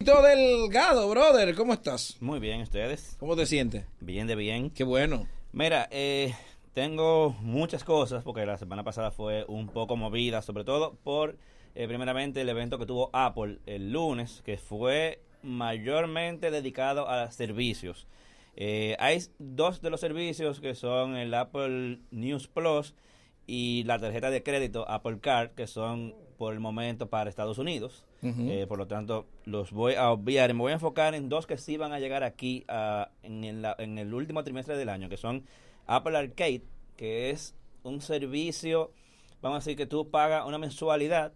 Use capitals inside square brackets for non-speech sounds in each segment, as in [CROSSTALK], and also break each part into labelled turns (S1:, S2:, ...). S1: Tito Delgado, brother, ¿cómo estás?
S2: Muy bien, ¿ustedes?
S1: ¿Cómo te sientes?
S2: Bien de bien.
S1: Qué bueno.
S2: Mira, eh, tengo muchas cosas porque la semana pasada fue un poco movida, sobre todo por, eh, primeramente, el evento que tuvo Apple el lunes, que fue mayormente dedicado a servicios. Eh, hay dos de los servicios que son el Apple News Plus y la tarjeta de crédito Apple Card, que son por el momento para Estados Unidos.
S1: Ujú.
S2: Eh, por lo tanto, los voy a obviar. y Me voy a enfocar en dos que sí van a llegar aquí ah, en, el, la- en el último trimestre del año, que son Apple Arcade, que es un servicio, vamos a decir que tú pagas una mensualidad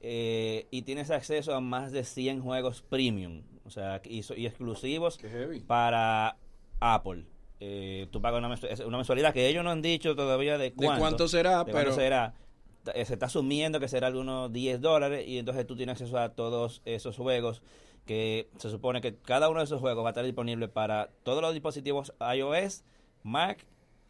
S2: eh, y tienes acceso a más de 100 juegos premium, o sea, y, so- y exclusivos
S1: heavy.
S2: para Apple. Eh, tú pagas una, mensu- es una mensualidad que ellos no han dicho todavía de cuánto,
S1: cuánto será,
S2: de cuánto
S1: pero-
S2: será. Ta- eh, Se está asumiendo que será algunos 10 dólares y entonces tú tienes acceso a todos esos juegos que se supone que cada uno de esos juegos va a estar disponible para todos los dispositivos iOS, Mac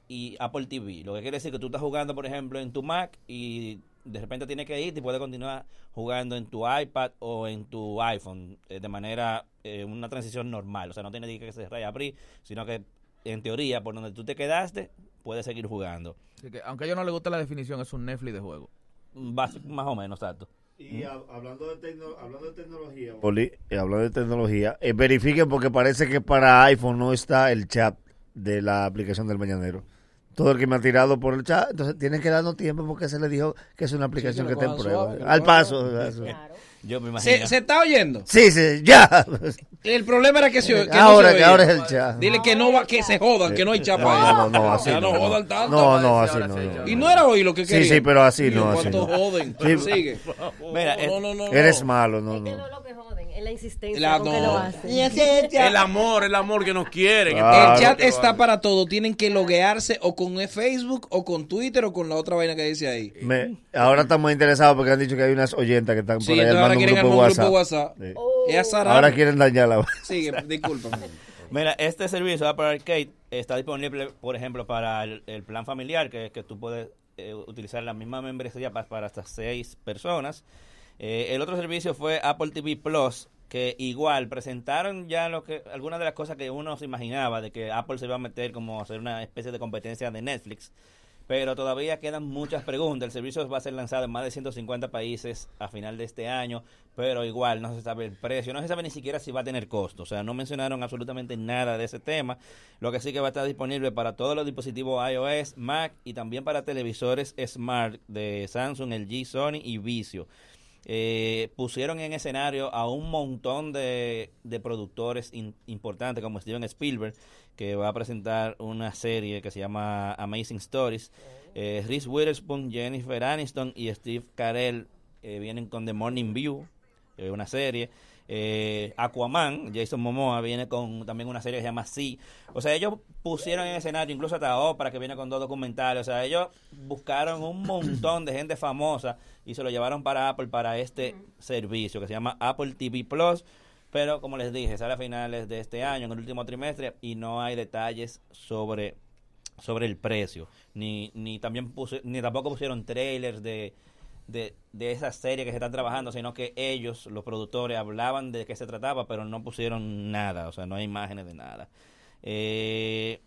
S2: y Apple TV. Lo que quiere decir que tú estás jugando, por ejemplo, en tu Mac y de repente tienes que ir y puedes continuar jugando en tu iPad o en tu iPhone eh, de manera, eh, una transición normal. O sea, no tienes que cerrar y abrir, sino que en teoría, por donde tú te quedaste, puedes seguir jugando.
S3: Así que, aunque a ellos no les gusta la definición, es un Netflix de juego.
S2: Bas- más o menos, exacto.
S4: Y hab- hablando, de tecno- hablando de tecnología,
S5: Mm. Poli, eh, hablando de tecnología, eh, verifiquen porque parece que para iPhone no está el chat de la aplicación del Mañanero. Todo el que me ha tirado por el chat, entonces tienen que darnos tiempo porque se le dijo que es una aplicación
S1: que lo
S5: que, está en
S1: cojan
S5: prueba.
S1: suave, que lo
S5: Al
S1: cojan
S5: paso. al paso.
S6: [LAUGHS]
S2: Yo me imagino.
S1: ¿Se, se está oyendo?
S5: Sí, sí, ya.
S1: El problema era que, se,
S5: [LAUGHS]
S1: que no se
S5: Eh, ahora, que
S1: oía.
S5: ahora es el chat. Eh,
S1: Dile que no va, que se jodan, que no hay chapa ahí.
S5: No, no, no, así
S1: O sea, no
S5: no.
S1: jodan tanto.
S5: No, no,
S3: parece,
S5: así
S3: ahora
S5: no.
S3: sí,
S5: no,
S3: ya.
S1: Y no era hoy lo que
S5: Sí,
S1: quería.
S5: sí, pero así no, así
S1: ¿Cuánto
S5: no.
S1: joden?
S5: Sí.
S1: Sigue.
S2: Mira, eh,
S1: Oh, no, no, no.
S5: Eres
S1: no.
S5: malo, no,
S6: Es que
S5: no.
S6: no lo que joden, es la insistencia
S1: La-
S6: con
S1: no.
S6: que lo hacen.
S1: El
S7: El
S1: amor.
S7: amor, el amor que nos quieren.
S2: Ah.
S5: Claro.
S1: el chat está para todo. Tienen que loguearse o con Facebook o con Twitter o con la otra vaina que dice ahí.
S5: Me- ahora estamos interesados porque han dicho que hay unas oyentas que están
S1: Sí,
S5: por ahí
S1: entonces ahora
S5: armando un
S1: quieren
S5: grupo
S1: armar
S5: de
S1: un grupo
S5: WhatsApp.
S1: de WhatsApp.
S5: Sí.
S6: Oh.
S1: Es azarado.
S5: Ahora quieren dañarla.
S1: Sigue, discúlpame.
S2: Mira, este servicio Apple Arcade está disponible, por ejemplo, para el, el plan familiar, que es que tú puedes eh, utilizar la misma membresía pa- para hasta seis personas. Eh, el otro servicio fue Apple TV Plus, que igual presentaron ya lo que algunas de las cosas que uno se imaginaba de que Apple se iba a meter como a hacer una especie de competencia de Netflix. Pero todavía quedan muchas preguntas. El servicio va a ser lanzado en más de 150 países a final de este año, pero igual no se sabe el precio, no se sabe ni siquiera si va a tener costo. O sea, no mencionaron absolutamente nada de ese tema. Lo que sí que va a estar disponible para todos los dispositivos iOS, Mac y también para televisores Smart de Samsung, LG, Sony y Vizio. Eh, pusieron en escenario a un montón de, de productores in- importantes como Steven Spielberg, que va a presentar una serie que se llama Amazing Stories. Eh, Reese Witherspoon, Jennifer Aniston y Steve Carell eh, vienen con The Morning View, eh, una serie. Eh, Aquaman, Jason Momoa, viene con también una serie que se llama Sí. O sea, ellos pusieron en escenario incluso hasta Oprah, que viene con dos documentales. O sea, ellos buscaron un montón de gente famosa y se lo llevaron para Apple para este servicio que se llama Apple TV Plus. Pero como les dije, sale a finales de este año, en el último trimestre, y no hay detalles sobre sobre el precio. Ni, ni también puse, ni tampoco pusieron trailers de, de, de esa serie que se están trabajando, sino que ellos, los productores, hablaban de qué se trataba, pero no pusieron nada, o sea, no hay imágenes de nada. Eh,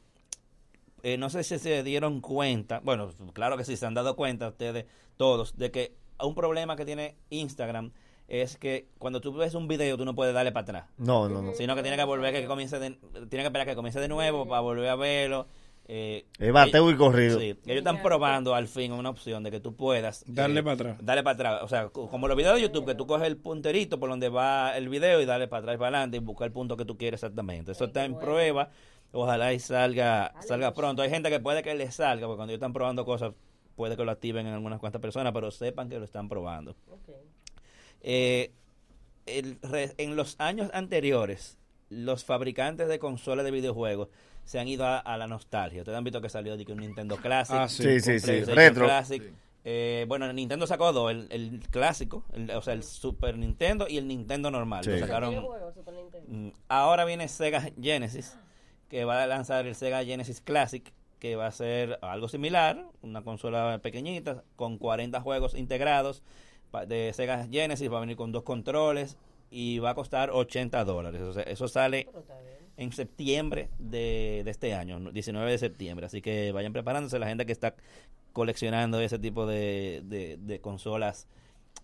S2: eh, no sé si se dieron cuenta, bueno, claro que sí, se han dado cuenta ustedes todos, de que un problema que tiene Instagram es que cuando tú ves un video tú no puedes darle para atrás
S5: No, no, no.
S2: sino que tiene que volver que comience de, tiene que esperar que comience de nuevo para volver a verlo eh,
S5: Es bateo y corrido.
S2: sí, ellos están probando al fin una opción de que tú puedas eh,
S1: Darle para atrás.
S2: darle para atrás o sea co- como los videos de YouTube que tú coges el punterito por donde va el video y darle para atrás y para adelante y buscar el punto que tú quieres exactamente eso está en prueba ojalá y salga salga pronto hay gente que puede que le salga porque cuando ellos están probando cosas puede que lo activen en algunas cuantas personas pero sepan que lo están probando eh, el re- en los años anteriores, los fabricantes de consolas de videojuegos se han ido a, a la nostalgia. Ustedes han visto que salió de que un Nintendo Classic.
S1: Ah, sí.
S5: Sí,
S2: un
S5: sí, sí.
S2: PlayStation
S5: Retro.
S2: Classic. Eh, bueno, Nintendo sacó dos, el, el clásico, el- o sea, el Super Nintendo y el Nintendo normal.
S5: Sí.
S2: Lo
S5: ¿En
S6: Claro.
S2: sacaron-
S6: juego, Super Nintendo.
S2: Mm, Ahora viene Sega Genesis, que va a lanzar el Sega Genesis Classic, que va a ser algo similar, una consola pequeñita con 40 juegos integrados pa- de Sega Genesis, va a venir con dos controles y va a costar 80 dólares. O sea, eso sale
S6: Pero está bien.
S2: en septiembre de, de este año, ¿no? 19 de septiembre. Así que vayan preparándose la gente que está coleccionando ese tipo de, de- de consolas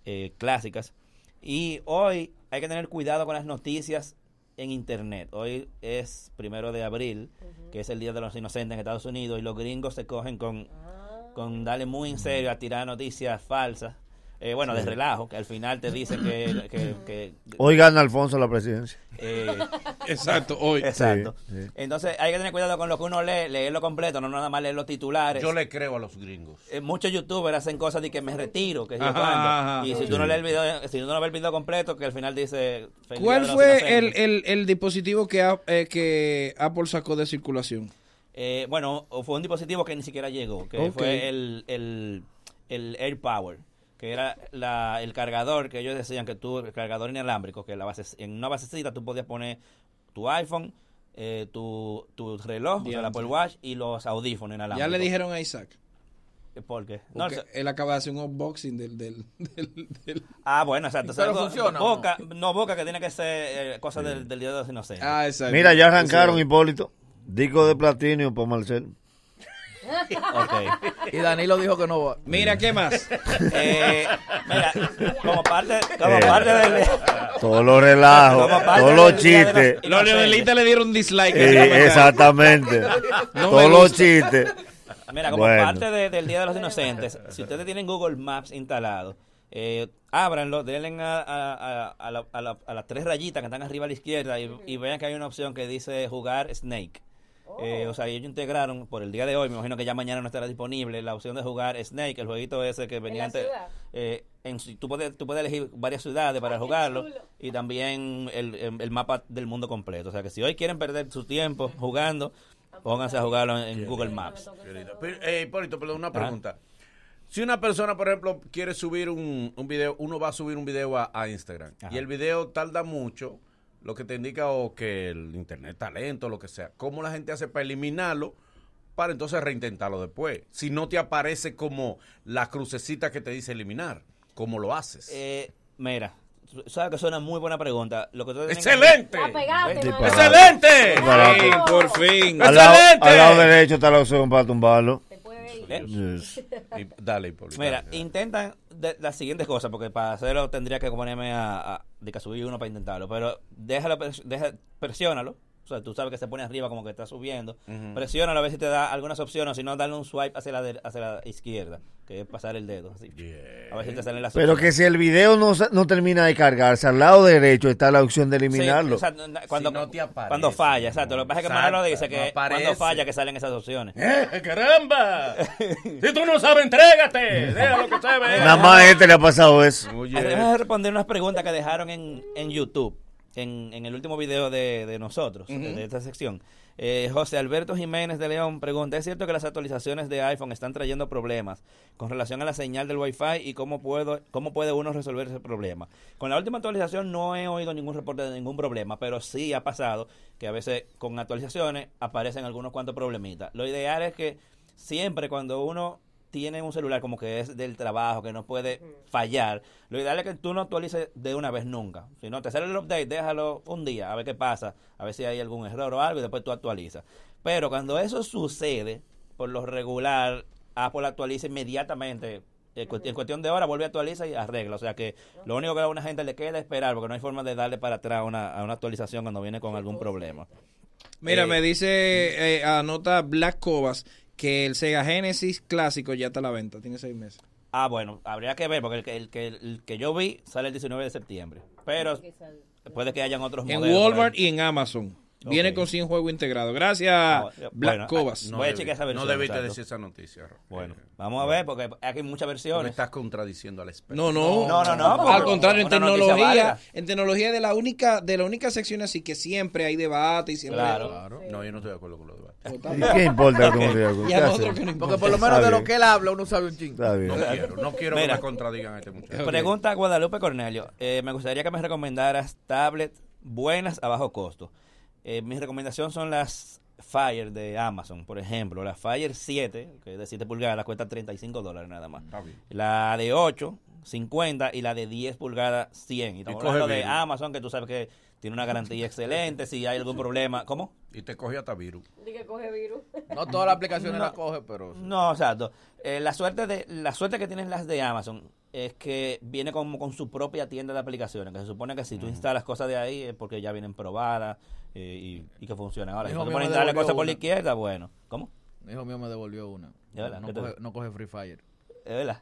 S2: eh, clásicas. Y hoy hay que tener cuidado con las noticias en Internet. Hoy es primero de abril, que es el Día de los Inocentes en Estados Unidos, y los gringos se cogen con,
S6: Ah,
S2: con darle muy en serio a tirar noticias falsas. Eh, bueno, de relajo, que al final te dicen que... que- que-
S5: Hoy gana Alfonso la presidencia.
S2: eh,
S1: Exacto, hoy.
S2: [LAUGHS] Exacto.
S5: Sí, sí.
S2: Entonces hay que tener cuidado con lo que uno lee, leerlo completo, no nada más leer los titulares.
S7: Yo le creo a los gringos.
S2: Eh, muchos youtubers hacen cosas de que me retiro, que yo
S1: Ajá,
S2: cuando.
S1: ajá,
S2: y si tú no lees el video, si tú no ves el video completo, que al final dice. "Feliz Día
S1: ¿Cuál
S2: de los
S1: fue el,
S2: Inocentes".
S1: el, el dispositivo que, a- eh, que Apple sacó de circulación?
S2: Eh, bueno, o fue un dispositivo que ni siquiera llegó, que
S1: Ok.
S2: fue el, el, el Air Power, que era la, el cargador que ellos decían que tú, el cargador inalámbrico, que la base, en una basecita tú podías poner tu iPhone, eh, tu, tu reloj, o sea, el Apple Watch y los audífonos inalámbricos.
S1: Ya le dijeron a Isaac.
S2: Eh, ¿Por qué? No,
S1: Porque
S2: o sea-
S1: él acaba de hacer un unboxing del... del,
S2: [LAUGHS]
S1: del- del-
S2: ah, bueno, exacto.
S3: Pero
S2: algo-
S3: funciona,
S2: Boca, no? boca que tiene que ser eh, cosa del, del Día de los Inocentes.
S1: Ah, exacto.
S5: Mira, ya arrancaron
S1: Sí.
S5: Hipólito. Disco de platino para Marcel.
S2: Ok.
S3: Y Danilo dijo que no va.
S1: Mira, ¿qué
S2: [LAUGHS]
S1: más?
S2: Eh, mira, como parte, como
S5: Eh.
S2: parte del...
S5: Todos los relajos,
S2: Como parte
S5: todos
S2: del
S5: los
S2: Día de
S5: chistes.
S1: [LAUGHS]
S2: los-
S1: Los Leonelitas le dieron dislike.
S5: Sí, exactamente.
S1: No me
S5: todos los
S1: gusta.
S5: chistes.
S2: Mira, como
S5: Bueno.
S2: parte de- del Día de los Inocentes, si ustedes tienen Google Maps instalado, eh, ábranlo, denle a, a- a- a la- a la- a las tres rayitas que están arriba a la izquierda y, y vean que hay una opción que dice jugar Snake.
S6: Oh.
S2: Eh, o sea, ellos integraron por el día de hoy, me imagino que ya mañana no estará disponible la opción de jugar Snake, el jueguito ese que venía
S6: la
S2: antes.
S6: ciudad? Ah,
S2: eh, en su- tú, puedes, tú puedes elegir varias ciudades para jugarlo
S6: chulo.
S2: y también el, el- el mapa del mundo completo. O sea, que si hoy quieren perder su tiempo jugando, pónganse a jugarlo en, en Google Maps.
S7: Querido. Pero, eh, Hipólito, perdón,
S2: Ah.
S7: una pregunta. Si una persona, por ejemplo, quiere subir un, un video, uno va a subir un video a, a Instagram
S2: Ajá.
S7: y el video tarda mucho, lo que te indica o que el internet está lento, lo que sea. ¿Cómo la gente hace para eliminarlo? Para entonces reintentarlo después. Si no te aparece como la crucecita que te dice eliminar, ¿cómo lo haces?
S2: Eh, mira, su- sabes que es una muy buena pregunta. Lo que ustedes tienen que
S7: ¡Excelente!
S6: La pegaste,
S5: Tipo,
S6: mano.
S7: ¡Excelente!
S5: Disparate.
S1: Sí, por fin.
S5: Al lado,
S7: ¡Excelente!
S5: al lado derecho está la opción para tumbarlo.
S6: Te puede ir.
S2: hacer- Eh,
S5: Yes.
S7: Y- dale, Hipólito.
S2: Mira,
S7: dale, dale.
S2: intentan de- las siguientes cosas, porque para hacerlo tendría que ponerme a, a- de que subir uno para intentarlo, pero déjalo, pres- deja, presiónalo. O sea, tú sabes que se pone arriba como que está subiendo. Presiónalo a ver si te da algunas opciones, o si no, dale un swipe hacia la, de- hacia la izquierda, que es pasar el dedo. así. A ver si te salen las
S5: Pero que
S2: opciones.
S5: si el video no, sa- no termina de cargarse, al lado derecho está la opción de
S2: Sí,
S5: eliminarlo.
S2: exacto, na- cuando,
S7: no te aparece,
S2: cuando falla, exacto. Lo que pasa es que Manolo
S7: exacto,
S2: dice
S7: no
S2: que cuando
S7: aparece.
S2: falla que salen esas opciones.
S7: ¡Eh, caramba! si tú no sabes, entrégate. Déjalo que se
S5: Nada más a este le ha pasado
S1: [LAUGHS]
S5: eso.
S2: Además de responder unas preguntas que dejaron en, en YouTube, en, en el último video de, de nosotros, de esta sección. Eh, José Alberto Jiménez de León pregunta, ¿es cierto que las actualizaciones de iPhone están trayendo problemas con relación a la señal del Wi-Fi y cómo, puedo, cómo puede uno resolver ese problema? Con la última actualización no he oído ningún reporte de ningún problema, pero sí ha pasado que a veces con actualizaciones aparecen algunos cuantos problemitas. Lo ideal es que siempre cuando uno tiene un celular como que es del trabajo, que no puede fallar, lo ideal es que tú no actualices de una vez nunca. Si no te sale el update, déjalo un día, a ver qué pasa, a ver si hay algún error o algo y después tú actualizas. Pero cuando eso sucede, por lo regular, Apple actualiza inmediatamente. En cuest- en cuestión de hora vuelve a actualizar y arregla. O sea que lo único que a una gente le queda es esperar, porque no hay forma de darle para atrás a una, a una actualización cuando viene con algún problema.
S1: Mira,
S2: Eh,
S1: me dice, eh, anota Black Cobas, que el Sega Genesis clásico ya está a la venta. Tiene seis meses.
S2: Ah, bueno, habría que ver, porque el que, el que, el que yo vi sale el 19 de septiembre. Pero puede que hayan otros
S1: En
S2: modelos por ahí.
S1: Walmart y en Amazon. Viene
S2: Ok.
S1: con 100 juegos integrados. Gracias,
S2: Ah, bueno,
S1: Black
S2: ah,
S1: Cobas.
S2: no. Voy a chequear esa versión,
S7: No debiste
S2: exacto.
S7: decir esa noticia. Ro-
S2: Bueno,
S7: eh,
S2: vamos a ver, porque aquí hay muchas
S7: porque
S2: versiones.
S7: estás contradiciendo al experto.
S1: No, no.
S2: No, no, no,
S1: Al
S2: porque
S1: contrario, en
S2: una noticia
S1: tecnología,
S2: válida.
S1: en tecnología de la única, de la única sección así que siempre hay debate y siempre.
S2: Claro.
S7: Claro. No, yo no estoy de acuerdo con lo de
S1: Pues, está
S5: ¿Y
S1: bien.
S5: qué importa cómo te digo?
S1: Y
S5: ¿Qué
S1: a
S5: hace?
S1: nosotros que no
S3: Porque
S1: importa.
S3: por lo menos
S5: Está
S3: de lo
S5: bien.
S3: que él habla uno sabe un ching.
S5: Está bien.
S7: No quiero, no quiero que
S2: Mira.
S7: me contradigan a este muchacho.
S1: Ok.
S2: Pregunta a Guadalupe Cornelio. Eh, me gustaría que me recomendaras tablets buenas a bajo costo. Eh, mis recomendaciones son las Fire de Amazon, por ejemplo. La Fire 7, que es de 7 pulgadas, cuesta 35 dólares nada más.
S7: Está bien.
S2: La de 8, 50 y la de 10 pulgadas 100. Y estamos
S7: coge
S2: hablando de
S7: virus.
S2: Amazon, que tú sabes que tiene una garantía excelente. Si hay algún problema, ¿cómo?
S7: Y te cogió hasta virus.
S6: Dije, coge virus. [LAUGHS]
S3: No todas las aplicaciones las coge, pero.
S2: No, exacto. Eh, la suerte de la suerte que tienen las de Amazon es que viene como con su propia tienda de aplicaciones, que se supone que si tú instalas cosas de ahí es porque ya vienen probadas eh, y, y que funcionan. Ahora, si
S3: Hijo
S2: tú te
S3: mío,
S2: pones a
S3: me
S2: instalar
S3: devolvió
S2: cosas por la
S3: una.
S2: izquierda, bueno, ¿cómo?
S3: Un hijo mío me devolvió una.
S2: ¿De verdad? ¿Qué
S3: No
S2: te-
S3: coge, no coge Free Fire.
S2: ¿Es verdad?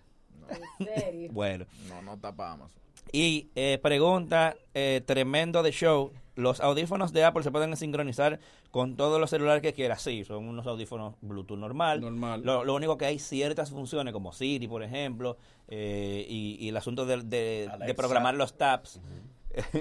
S6: En serio.
S2: Bueno.
S3: No, no está para Amazon.
S2: Y eh, pregunta, eh, tremendo de show, ¿los audífonos de Apple se pueden sincronizar con todos los celulares que quieras? Sí, son unos audífonos Bluetooth normal.
S1: Normal.
S2: Lo, lo único que hay ciertas funciones como Siri, por ejemplo, eh, y, y el asunto de, de- de
S7: Alexa.
S2: programar los tabs. [LAUGHS]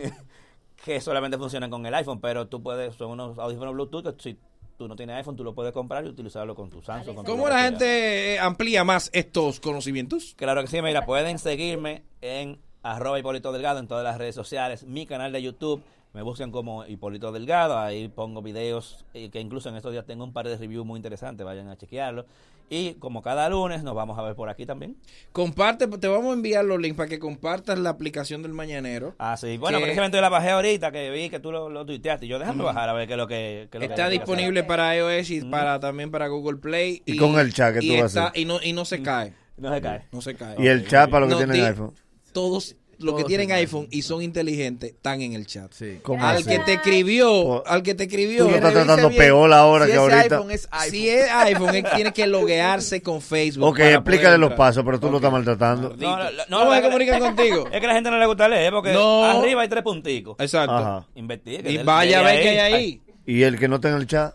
S2: que solamente funcionan con el iPhone, pero tú puedes, son unos audífonos Bluetooth que si tú no tienes iPhone, tú lo puedes comprar y utilizarlo con tu Samsung. con tu
S1: ¿Cómo
S2: lo que
S1: la
S2: sea.
S1: gente eh, amplía más estos conocimientos?
S2: Claro que sí, mira, pueden seguirme en arroba Hipólito Delgado en todas las redes sociales, mi canal de YouTube, me buscan como Hipólito Delgado, ahí pongo videos eh, que incluso en estos días tengo un par de reviews muy interesantes, vayan a chequearlo. Y como cada lunes nos vamos a ver por aquí también.
S1: Comparte, te vamos a enviar los links para que compartas la aplicación del Mañanero.
S2: Así, Ah, bueno,
S1: ¿Qué?
S2: precisamente yo la bajé ahorita que vi que tú lo, lo tuiteaste y yo déjame bajar a ver qué es lo que... qué es lo
S1: Está
S2: que hay que Mm. hacer.
S1: disponible
S6: Ok.
S1: para iOS y para también para Google Play.
S5: Y con el chat que
S1: y
S5: tú vas a hacer.
S1: Y no, y no
S2: Mm.
S1: se cae,
S2: No se cae.
S1: no se cae.
S5: Y el chat para los que
S1: No,
S5: tienen
S1: di-
S5: iPhone.
S1: Todos los que
S3: Todos
S1: tienen
S3: tienen
S1: iPhone y son inteligentes están en el chat.
S3: Sí.
S5: ¿Cómo
S1: Al
S5: así?
S1: que te escribió,
S5: Por-
S1: al que te escribió,
S5: Tú lo estás
S3: Revise
S5: tratando
S3: bien
S5: peor ahora
S3: si
S5: que
S3: ese
S5: ahorita.
S3: iPhone es iPhone.
S1: si es iPhone, él tiene que loguearse con Facebook.
S5: Ok,
S1: para
S5: explícale
S1: poder
S5: los
S1: entrar.
S5: pasos, pero tú lo estás maltratando.
S2: No, no, no,
S1: ¿Cómo
S2: la-
S1: se comunican
S2: [LAUGHS]
S1: contigo?
S2: Es que a la gente no le gusta leer porque
S1: No.
S2: arriba hay tres punticos.
S1: Exacto.
S5: Ajá.
S2: Investigue.
S1: Y
S2: dele-
S1: vaya a
S2: dele
S1: ver qué hay ahí.
S5: Y el que no tenga el chat.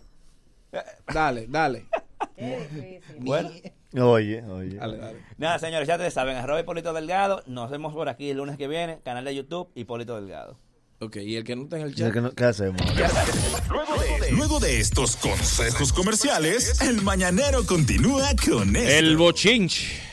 S1: Dale, dale.
S6: Qué difícil.
S2: Bueno.
S5: Oye, oye.
S1: Dale, dale.
S2: Nada, señores, ya ustedes saben, arroba Hipólito Delgado. Nos vemos por aquí el lunes que viene, canal de YouTube Hipólito Delgado.
S1: Ok, y el que no está en el
S5: ¿Y el
S1: chat.
S5: que no- ¿Qué hacemos?
S8: Luego de estos consejos comerciales, el mañanero continúa con este esto.
S1: bochinch.